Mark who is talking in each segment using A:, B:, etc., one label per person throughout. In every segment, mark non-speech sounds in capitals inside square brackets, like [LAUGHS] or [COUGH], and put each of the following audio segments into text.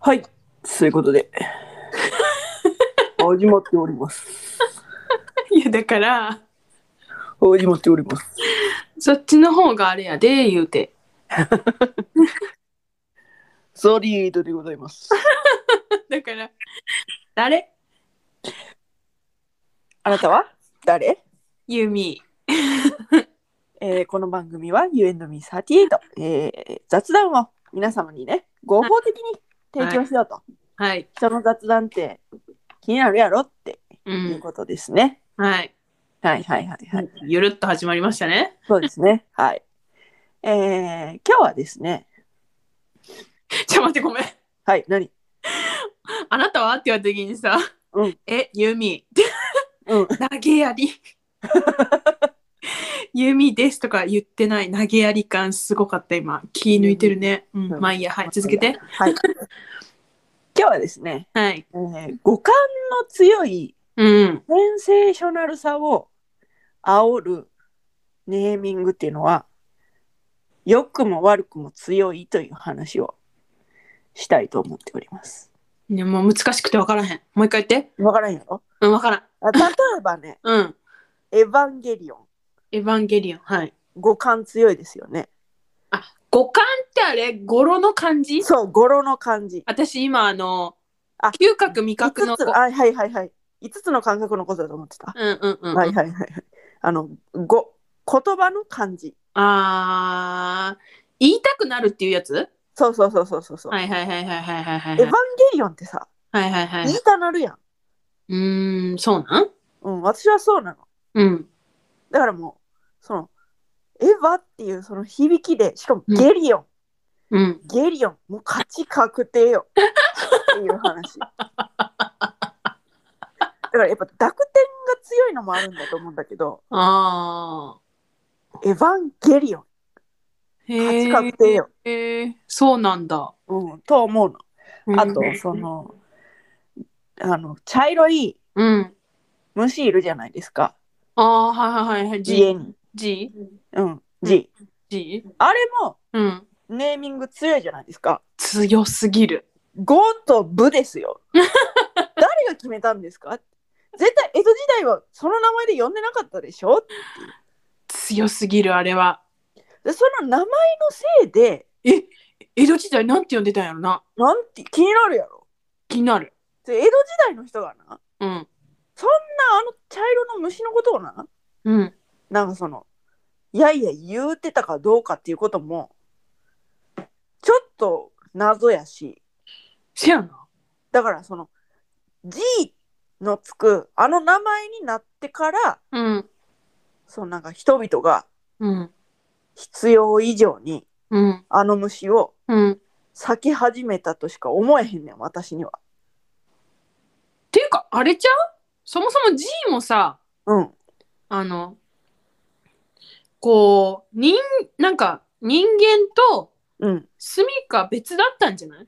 A: はい、そういうこと [LAUGHS] で。始まっております。
B: [LAUGHS] いやだから
A: 始まっております。
B: そっちの方があれやで言うて
A: ソリードでございます。
B: だから誰
A: あなたは誰、
B: ユミ
A: えーこの番組は You and me38、えー雑談を皆様にね、合法的に提供しようと。
B: はい
A: 人の雑談って気になるやろって
B: う
A: いうんことですね。
B: はい、
A: はいはいはいはい。
B: ゆるっと始まりましたね [LAUGHS]
A: そうですね。はい。えー今日はですね、
B: ちょ待ってごめん
A: はい、何
B: あなたはって言われた時にさ「
A: うん
B: えユミ」って
A: うん。
B: 「投げやり」 [LAUGHS] 「ユミです」とか言ってない投げやり感すごかった今気抜いてるね、うん
A: うん
B: まあいいやはい続けて。
A: はい。今日はですね、
B: はい
A: えー五感の強い
B: うん
A: センセーショナルさを煽るネーミングっていうのは良くも悪くも強いという話をしたいと思っております。
B: ねもう難しくて分からへんもう一回言って
A: わからんやろ
B: うん分からん、
A: [LAUGHS] あ例えばね
B: うん
A: エヴァンゲリオン、
B: エヴァンゲリオンはい
A: 五感強いですよね。
B: 五感ってあれ語呂の感じ
A: そう、語呂の感じ。
B: 私今あの
A: あ
B: 嗅覚味覚の
A: 五つあはいはいはい。5つの感覚のことだと思ってた。
B: うんうんうん、
A: はいはいはいはい。あの、ご言葉の感じ。
B: あー言いたくなるっていうやつ
A: そうそうそうそうそうそう。
B: はいはいはいはいはいはいはい
A: エヴァンゲリオンってさ、
B: はいはいはい
A: 言いたなるやん。
B: うーんそうなん
A: うん、私はそうなの。
B: うん
A: だからもう、その、エヴァっていうその響きで、しかも
B: うん
A: ゲリオン、
B: うん
A: ゲリオン、もう勝ち確定よ。っていう話。だからやっぱ濁点が強いのもあるんだと思うんだけど、
B: あ
A: エヴァンゲリオン、
B: ー
A: 勝
B: へ
A: ち
B: え
A: 確定よ。
B: へーそうなんだ
A: うん、と思うの。あと
B: うん、
A: その、あの、茶色い
B: うん
A: 虫いるじゃないですか、
B: ああはいはいはい G
A: 家に。
B: G
A: うん、G。
B: G
A: あれも
B: うん
A: ネーミング強いじゃないですか。
B: 強すぎる
A: ゴとブですよ。誰が決めたんですか絶対江戸時代はその名前で呼んでなかったでしょ
B: 強すぎるあれは
A: でその名前のせいで
B: え江戸時代なんて呼んでたんやろな
A: なんて気になるやろ
B: 気になる
A: で江戸時代の人がなな
B: うん
A: あの茶色の虫のことをな
B: うん
A: なんかそのいやいや言うてたかどうかっていうこともちょっと謎やし
B: せやな
A: だからその G のつくあの名前になってから
B: うん
A: そのなんか人々が
B: うん
A: 必要以上に
B: うん
A: あの虫を
B: うんっ
A: 避け始めたとしか思えへんねん私には
B: ていうかあれちゃうそもそも G もさ
A: うん
B: あのこう人なんか人間と
A: うん
B: 住みか別だったんじゃない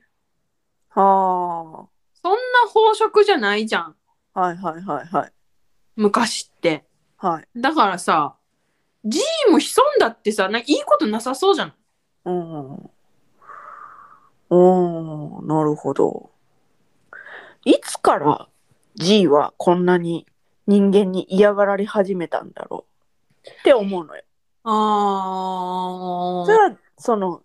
A: は
B: そんな飽食じゃないじゃん
A: あはいはいはいはい
B: 昔って
A: はい
B: だからさ G も潜んだってさなんかいいことなさそうじゃん
A: うんおーなるほどいつから G はこんなに人間に嫌がられ始めたんだろうって思うのよ
B: あ
A: それはその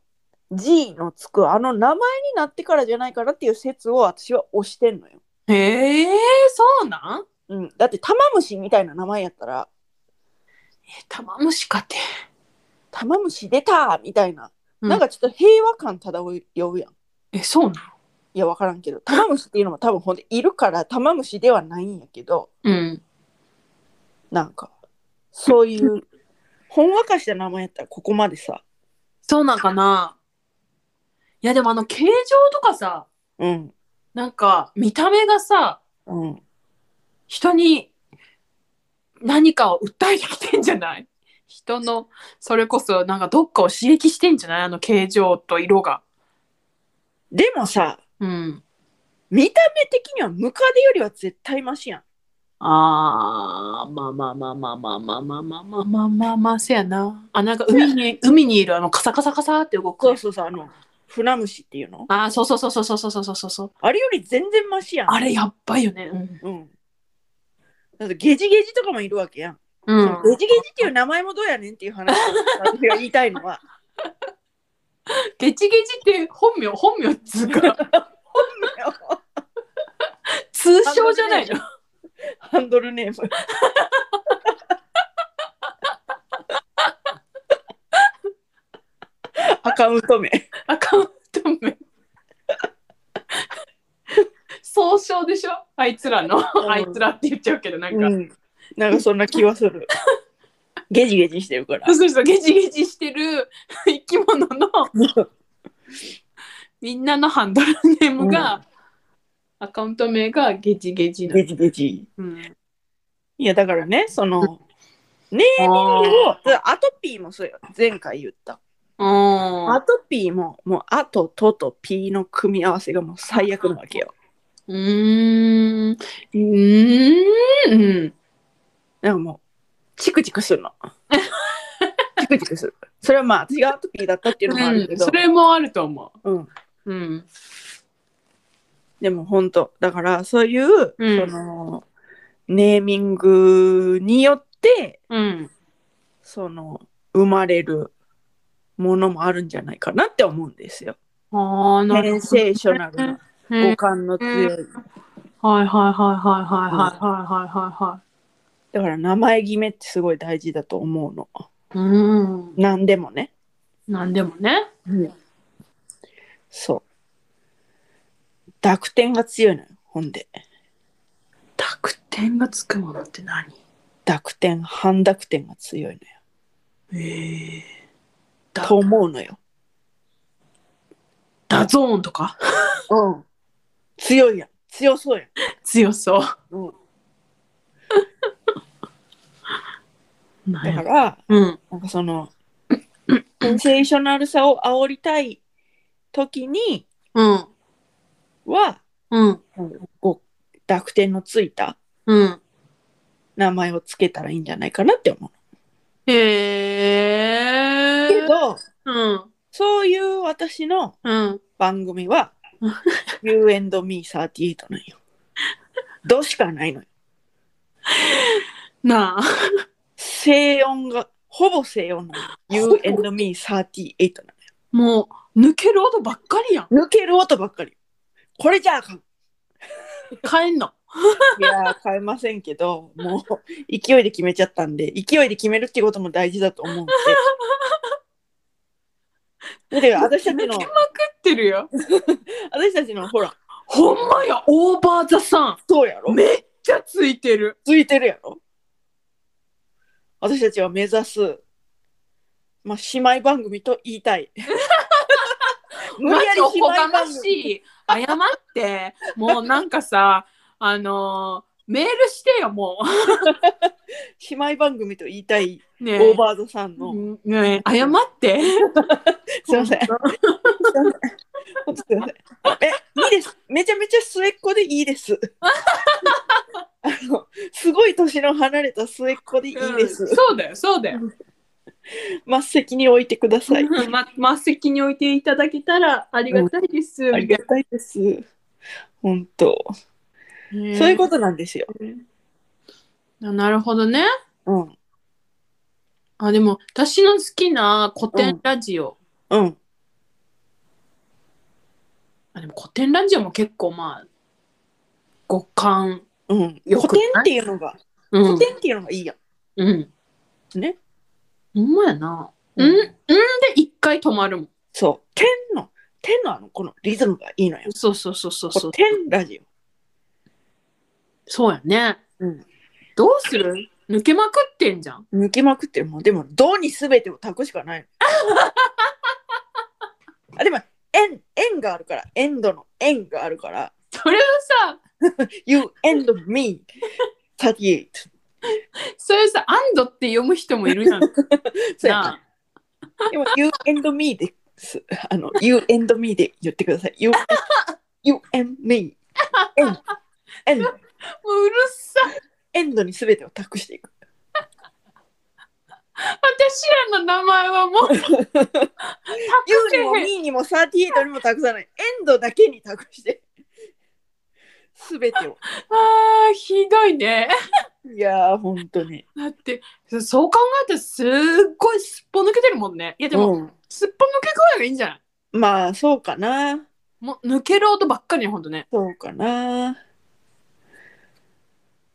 A: G のつくあの名前になってからじゃないかなっていう説を私は推してんのよ、
B: へえそうなん
A: うん、だって玉虫みたいな名前やったら
B: え玉虫かて
A: 玉虫出たみたいな、
B: うん
A: なんかちょっと平和感漂うやん
B: えそうなん
A: いや分からんけど玉虫っていうのも多分ほんでいるから玉虫ではないんやけど
B: うん
A: なんかそういうほんわかした名前やったらここまでさ
B: そうなんかないやでもあの形状とかさ
A: うん
B: なんか見た目がさ
A: うん
B: 人に何かを訴えてきてんじゃない人のそれこそなんかどっかを刺激してんじゃないあの形状と色が
A: でもさ
B: うん
A: 見た目的にはムカデよりは絶対マシやん
B: あーまあまあまあまあまあまあまあまあまあまあまあまあせやなあなんか海に海にいるあのカサカサカサって動く
A: そうそうそうあの船虫っていうの
B: ああ、そうそうそうそうそうそうそうそうそう。
A: あれより全然マシやん。
B: あれやっばいよね。うん。
A: うん。だってゲジゲジとかもいるわけやん。
B: う
A: そのゲジゲジっていう名前もどうやねんっていう話を私が言いたいのは [LAUGHS]
B: ゲチゲチって本名本名っつうか通称じゃないの。
A: ハンドルネーム。アカウント名。
B: アカウント名。総称でしょあいつらの、
A: ん
B: あいつらって言っちゃうけどなんか、
A: うん、なんかそんな気はする。ゲジゲジしてるから。
B: そうそうゲチゲチしてる [LAUGHS] 生き
A: [LAUGHS]
B: 物のみんなのハンドルネームが、
A: う
B: アカウント名がゲチゲチなの
A: ゲジゲジ。
B: うん
A: いやだからね、その、
B: あ
A: アトピーもそうよ。前回言った。
B: ー
A: アトピーも、もう、アとトとピーの組み合わせがもう最悪なわけよ。
B: うーんうーんうん
A: なんかもう、チクチクするの。チクチクする。それはまあ、私がアトピーだったっていうのもあるけど、
B: それもあると思
A: うん、
B: う。うん。
A: でも本当、だからそういう、
B: うん
A: その、ネーミングによって、
B: うん。
A: その、生まれるものもあるんじゃないかなって思うんですよ。
B: ああ、な
A: セ
B: る
A: ン
B: ほど。
A: セーショナルな
B: うんはい
A: 五感の強い。
B: はいはいはいはいはいはいはいは
A: だから名前決めってすごい大事だと思うの。
B: い。うん。
A: 何でもね。
B: なんでもね。
A: そう。濁点が強いのよ、ほんで。
B: 濁点がつくものって何
A: 濁点、半濁点が強いのよ。
B: ええ
A: と
B: だ、
A: 思うのよ。
B: ダゾーンとか
A: うん。強いやん。強そうやん。
B: 強そう。
A: うん、
B: な
A: だ
B: ん
A: か
B: やろ
A: ら、
B: うん。
A: なんかその、センセーショナルさを煽りたい時に
B: うん。
A: は、
B: うん。
A: こう、濁点のついた
B: うん。
A: 名前をつけたらいいんじゃないかなって思う。
B: へ
A: け
B: え。
A: ど、
B: うん。
A: そういう私の
B: うん。
A: 番組は You and me38 なんよ。どしかないのよ。
B: なあ。
A: 声音がほぼ声音なのよ。You and me38 な
B: もう、抜ける音ばっかりや [LAUGHS] ん。
A: のよ。抜ける音ばっかり。これじゃあかん。
B: 帰んの。
A: いやー、変えませんけど、もう勢いで決めちゃったんで、勢いで決めるってことも大事だと思うんで。だけど私たちの
B: 抜け、まくってるよ。
A: 私たちのほら、
B: ほんまや、オーバーザさ [LAUGHS] ん。
A: そうやろ
B: めっちゃついてる。
A: ついてるやろ私たちは目指す、まあ、姉妹番組と言いた
B: [LAUGHS]
A: い。無理
B: マ
A: や
B: ジ
A: り
B: お
A: 姉妹
B: こが
A: 番
B: ま
A: 組
B: しい。謝って、もうなんかさ、 [LAUGHS] あのーメールしてよ、も
A: 姉妹番組と言いたい、 [LAUGHS]
B: う。ね
A: オーバーザさんの。
B: ーねえ謝って。
A: すいません。すいません。ほんとすいません。え、いいです。めちゃめちゃ末っ子でいい
B: [LAUGHS]
A: です。あのすごい年の離れた末っ子でいいです。
B: うんそうだよ、そうだよ。
A: 末席に置いてください。
B: [LAUGHS] ま、末席に置いていただけたらありがたいです。。
A: ありがたいです。本当。そういうこととなんですよ。
B: なるほどね。
A: うん。
B: あ、でも、私の好きな古典ラジオ。
A: うん。
B: あでも古典ラジオも結構まあ五感、
A: うん。
B: よ
A: 古
B: くな
A: 典
B: い
A: っていうのが、
B: う
A: 古
B: ん、
A: 典っていうのがいいや
B: うん、
A: ん。ね。
B: ほんまやな。うん、うんで一回止まるもん。
A: そう。天の、天のあの、このリズムがいいのよ。
B: そうそうそうそうそ
A: 古
B: う。
A: 典ラジ
B: そうやね。
A: オ。うん。
B: どうする抜けまくってんじゃん。
A: 抜きまくってるもん。でも、どに全てを託しか
B: [LAUGHS]
A: ないの。あ、でも、円、円があるから、エンドの円があるから、
B: それをさ、
A: You and me38。
B: それをさ、アンドって読む人もいるじゃん。
A: [LAUGHS] そうやな
B: な
A: でも、You and me です。あの、You and me で言ってください。You, you and me。エンエンド。
B: あもううるさい。
A: エンドに全てを託していく。
B: 私らの名前はもう
A: [LAUGHS]
B: 託せ
A: ユーにもミーにもサーティエイトにも託さない。エンドだけに託して。すべてを。
B: あーひどいね
A: いやー、本当に。
B: だってそそう考えたらすっごいすっぽ抜けてるもんねいやでも、
A: うん
B: すっぽ抜け具合がいいんじゃない
A: まあ、そうかな。
B: もう抜ける音ばっかりねほんとね
A: そうかな。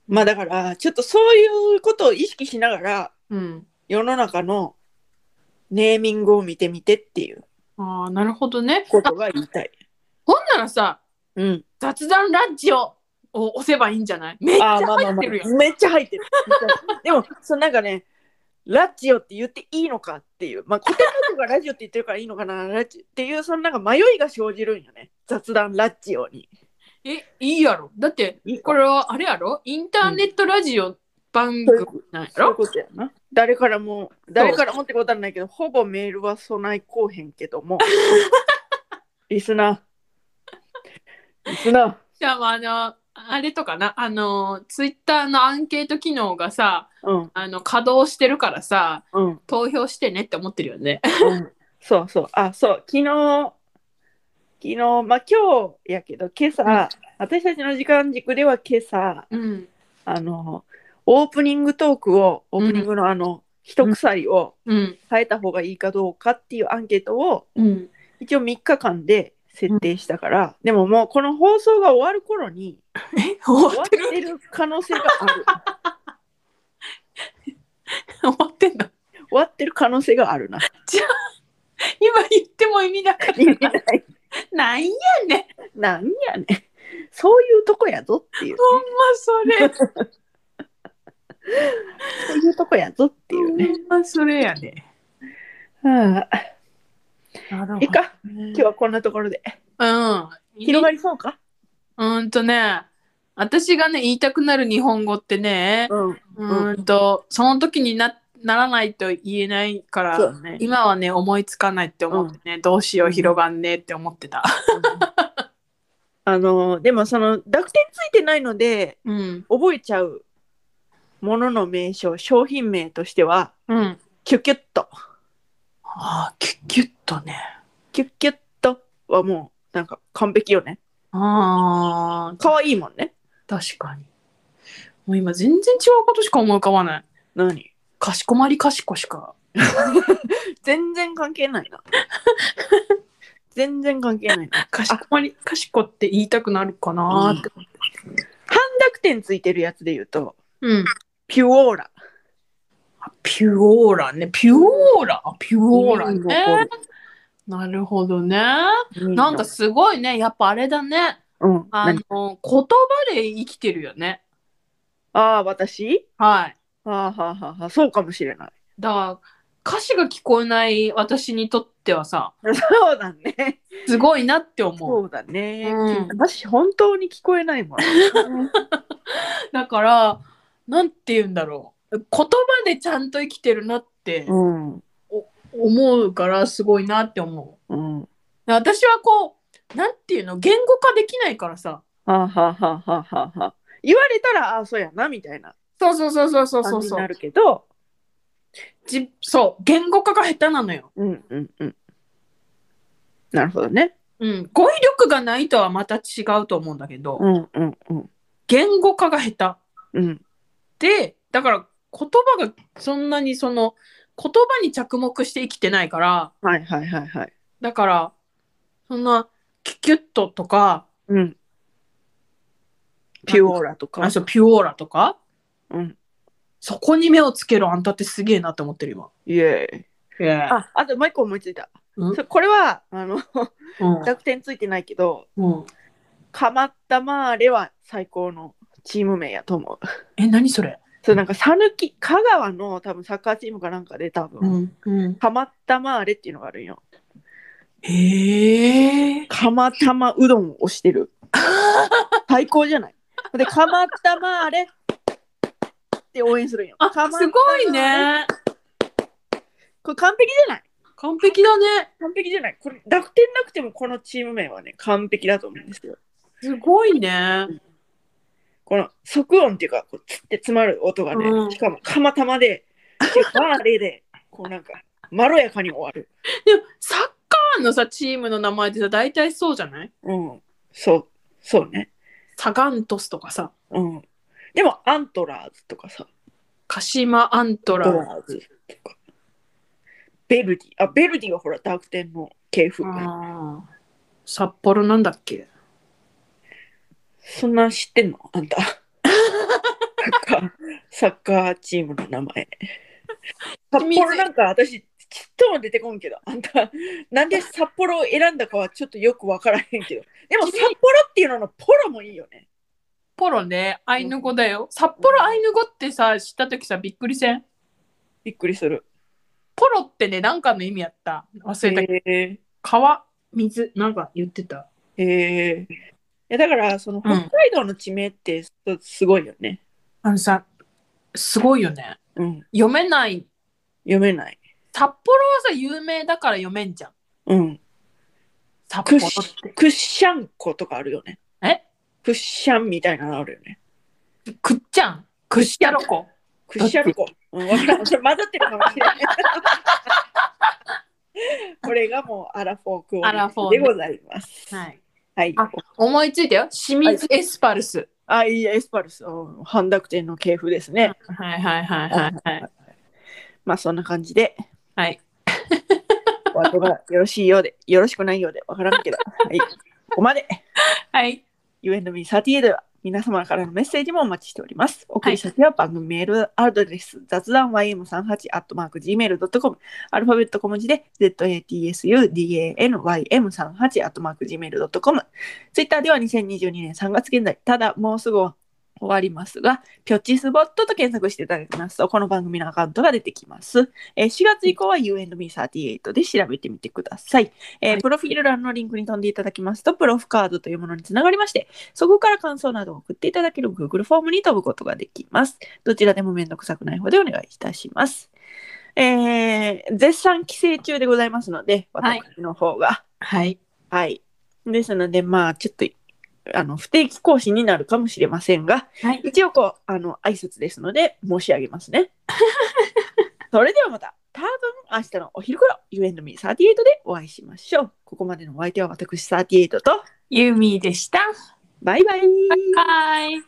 A: まあだから、ちょっとそういうことを意識しながら、
B: うん
A: 世の中のネーミングを見てみてっていう
B: ああなるほどね
A: ことが言いたい。
B: ほんならさ
A: うん。
B: 雑談ラジオを押せばいいんじゃないめっちゃ
A: あーまあまあ
B: 入っ
A: ま
B: てるやん
A: あ。めっちゃ入ってる。でも、そのなんかね、ラジオって言っていいのかっていう、まあ、言葉とかラジオって言ってるからいいのかな、ラジっていう、そのなんか迷いが生じるんよね。雑談ラジオに。
B: えいいやろだって
A: いい
B: こ
A: れ
B: れはあれやろインターネットラジオ番組なんや
A: そういう
B: ろ、
A: ことやな。誰からも、誰からもってことはないけど、ほぼメールは備えこうへんけど
B: [LAUGHS]
A: も。リスナー。リスナー。
B: じゃあまああのあれとかなあのツイッターのアンケート機能がさ
A: うん、
B: あの稼働してるからさ
A: うん。
B: 投票してねって思ってるよね
A: うんそうそう。あ、そう。昨日、昨日、まあ今日やけど、今朝、
B: うん
A: 私たちの時間軸では今朝、
B: うん
A: あの、オープニングトークを、オープニングのあの、一鎖を
B: うん
A: 変えた方がいいかどうかっていうアンケートを、
B: うん
A: 一応3日間で設定したから、でももうこの放送が終わる頃に、
B: え終
A: 終
B: わ
A: わ
B: ってる
A: ってる可能性がある。
B: 終わってんだ
A: 終わってる可能性がある [LAUGHS] な。
B: 今言っても意味なかっ
A: 意味
B: た
A: ない
B: なんや
A: なんやねん。そういうとこやぞっていう。
B: ほんまそれ
A: そういうとこやぞっていうね。
B: ほんまそれやね
A: はあ、
B: なる
A: いいか、
B: 今
A: 今日はこんなところで。
B: うん
A: 広がりそうか
B: うーんとね私がね言いたくなる日本語ってね [LAUGHS]
A: うん。
B: うーんとその時になならないと言えないから
A: そうだね。
B: 今はね思いつかないって思ってね、どうしよう
A: うん
B: 広がんねえって思ってた。
A: あの、でもその、濁点ついてないので、
B: うん、
A: 覚えちゃうものの名称、商品名としては、
B: うん、
A: キュキュッと。
B: ああキュッキュッとね。
A: キュッキュッとはもう、なんか完璧よね。
B: ああ
A: 可愛いもんね。
B: 確かに。もう今全然違うことしか思い浮かばない。
A: 何
B: かしこまりかしこしか。
A: 全然関係ないな。
B: [LAUGHS]
A: 全然関係ないな。
B: かしこまりかしこって言いたくなるかなーって。
A: 濁点ついてるやつで言うと、
B: うん。
A: ピュオーラ。
B: ピュオーラね。ピュオーラ。ピュオーラ
A: 耳に残
B: ね
A: る。
B: なるほどね。なんかすごいね。やっぱあれだね。
A: うん。
B: あ
A: 何
B: の、言葉で生きてるよね。
A: ああ、私
B: はい。
A: はあはあはあはあ、そうかもしれない。 [LAUGHS]
B: だから、歌詞が聞こえない私にとってはさ、
A: そうだね。
B: すごいなって思
A: そ
B: う。
A: うだね。
B: うん
A: 私、本当に聞こえ
B: [LAUGHS]
A: ないもん。
B: だから、なんて言うんだろう。言葉でちゃんと生きてるなって
A: うん。
B: 思うから、すごいなって思う。
A: うん。は
B: 私はこう、なんていうの、言語化できないからさ。
A: あ、はあはあはあはあはあ、言われたら、ああ、そうやな、みたいな
B: そうそうそうそうそうそ
A: 感
B: う
A: じに
B: そ
A: な
B: う。
A: るけど、
B: じそう、言語化が下手なのよ。
A: うんうんうん。なるほどね。
B: うん、語彙力がないとはまた違うと思うんだけど、
A: うんうんうん。
B: 言語化が下
A: うん
B: 手でだから言葉がそんなにその言葉に着目して生きてないから
A: はいはいはいはい。
B: だからそんなキュキュッととか
A: うん。ピュオーラとか
B: あ。そうピュオーラとか
A: うん。
B: そこに目をつけるあんたってすげえなって思ってる今。
A: イエーイ。
B: あ
A: あ、あともう一個思いついた。
B: うん
A: そうこれは、あの、
B: うん
A: 濁点ついてないけど、
B: うん、
A: かまったまーれは最高のチーム名やと思う。
B: え何それ、
A: そうなんかさぬき香川の多分サッカーチームかなんかで多
B: う
A: 分、
B: んうん、
A: かまったまーれっていうのがあるんよ
B: へえ
A: かまたまうどんを推して
B: [LAUGHS]
A: る最高じゃないでかまったまーれって応援するんよ
B: あ
A: かますったま
B: ご
A: ーれ
B: いね
A: これ完璧じゃない
B: 完璧だね
A: 完璧じゃないこれ濁点なくてもこのチーム名はね完璧だと思うんですよ
B: すごいね
A: この即音っていうかこうつって詰まる音がね、
B: うん
A: しかもかまたまで結構あれで、こうなんか、まろやかに終わる。
B: でもサッカーのさチームの名前ってさ大体そうじゃない
A: うん。そう、そうね。
B: サガントスとかさ
A: うん。でも、アントラーズとかさ、
B: 鹿島アント
A: ド
B: ラー
A: ラーズとか、ベルディ、あ、ベルディはほら、ダークテンの系譜。
B: あー札幌なんだっけ
A: そんなん知ってんのあんた。サッカーサッカーチームの名前。札幌なんか私、ちっとも出てこんけど、あんた、なんで札幌を選んだかはちょっとよくわからへんけど、でも札幌っていうののポロもいいよね。
B: ポロねアイヌ語だよ札幌アイヌ語ってさ知った時さびっくりせん
A: びっくりする。
B: ポロってねなんかの意味やった忘
A: へ
B: れたけど、
A: え
B: 川水なんか言ってた
A: へえいやだから、その北海道の地名ってすすごいよね。
B: あのさすごいよね
A: うん、
B: 読めない
A: 読めない。
B: 札幌はさ有名だから読めんじゃん
A: うん。
B: 札
A: ク
B: 幌
A: ッシクッシャンコとかあるよね。
B: え
A: クッシャンみたいなのあるよね。
B: くっちゃんくっしゃろこ
A: クッシャンコ。うん、
B: [LAUGHS]
A: わからん。それ混ざってるかもしれない。これがもうアラフォークオ
B: アラフォー
A: で
B: ね
A: ございます。
B: はい
A: はい。
B: あ思いついたよ清水エスパルス、
A: あ、いいエスパルス。うん半濁点の系譜ですね。
B: はい、はいはいはいはい
A: まあそんな感じで、
B: はい
A: [LAUGHS] お後がよろしいようで、よろしくないようでわからんけど、はい。ここまで、
B: はい、
A: U&Me38 では皆様からのメッセージもお待ちしております。送り先は番組メールアドレス、雑談 ym38-gmail.com、アルファベット小文字で zatsudanym38-gmail.com、ツイッターでは2022年3月現在、ただもうすぐ終わりますが、ピョチスボットと検索していただきますと、この番組のアカウントが出てきます。えー4月以降は U&Me38 で調べてみてください。えープロフィール欄のリンクに飛んでいただきますと、プロフカードというものにつながりまして、そこから感想などを送っていただける Google フォームに飛ぶことができます。どちらでもめんどくさくない方でお願いいたします。えー絶賛帰省中でございますので、
B: はい
A: 私の方が。
B: はい、
A: はい。ですので、まあ、ちょっと、あの、不定期更新になるかもしれませんが、
B: はい、
A: 一応こう、あの、挨拶ですので、申し上げますね。それではまた、多分明日のお昼頃、You and Me38 でお会いしましょう。ここまでのお相手は私38と、
B: ユーミーでした
A: バイバイ。
B: はい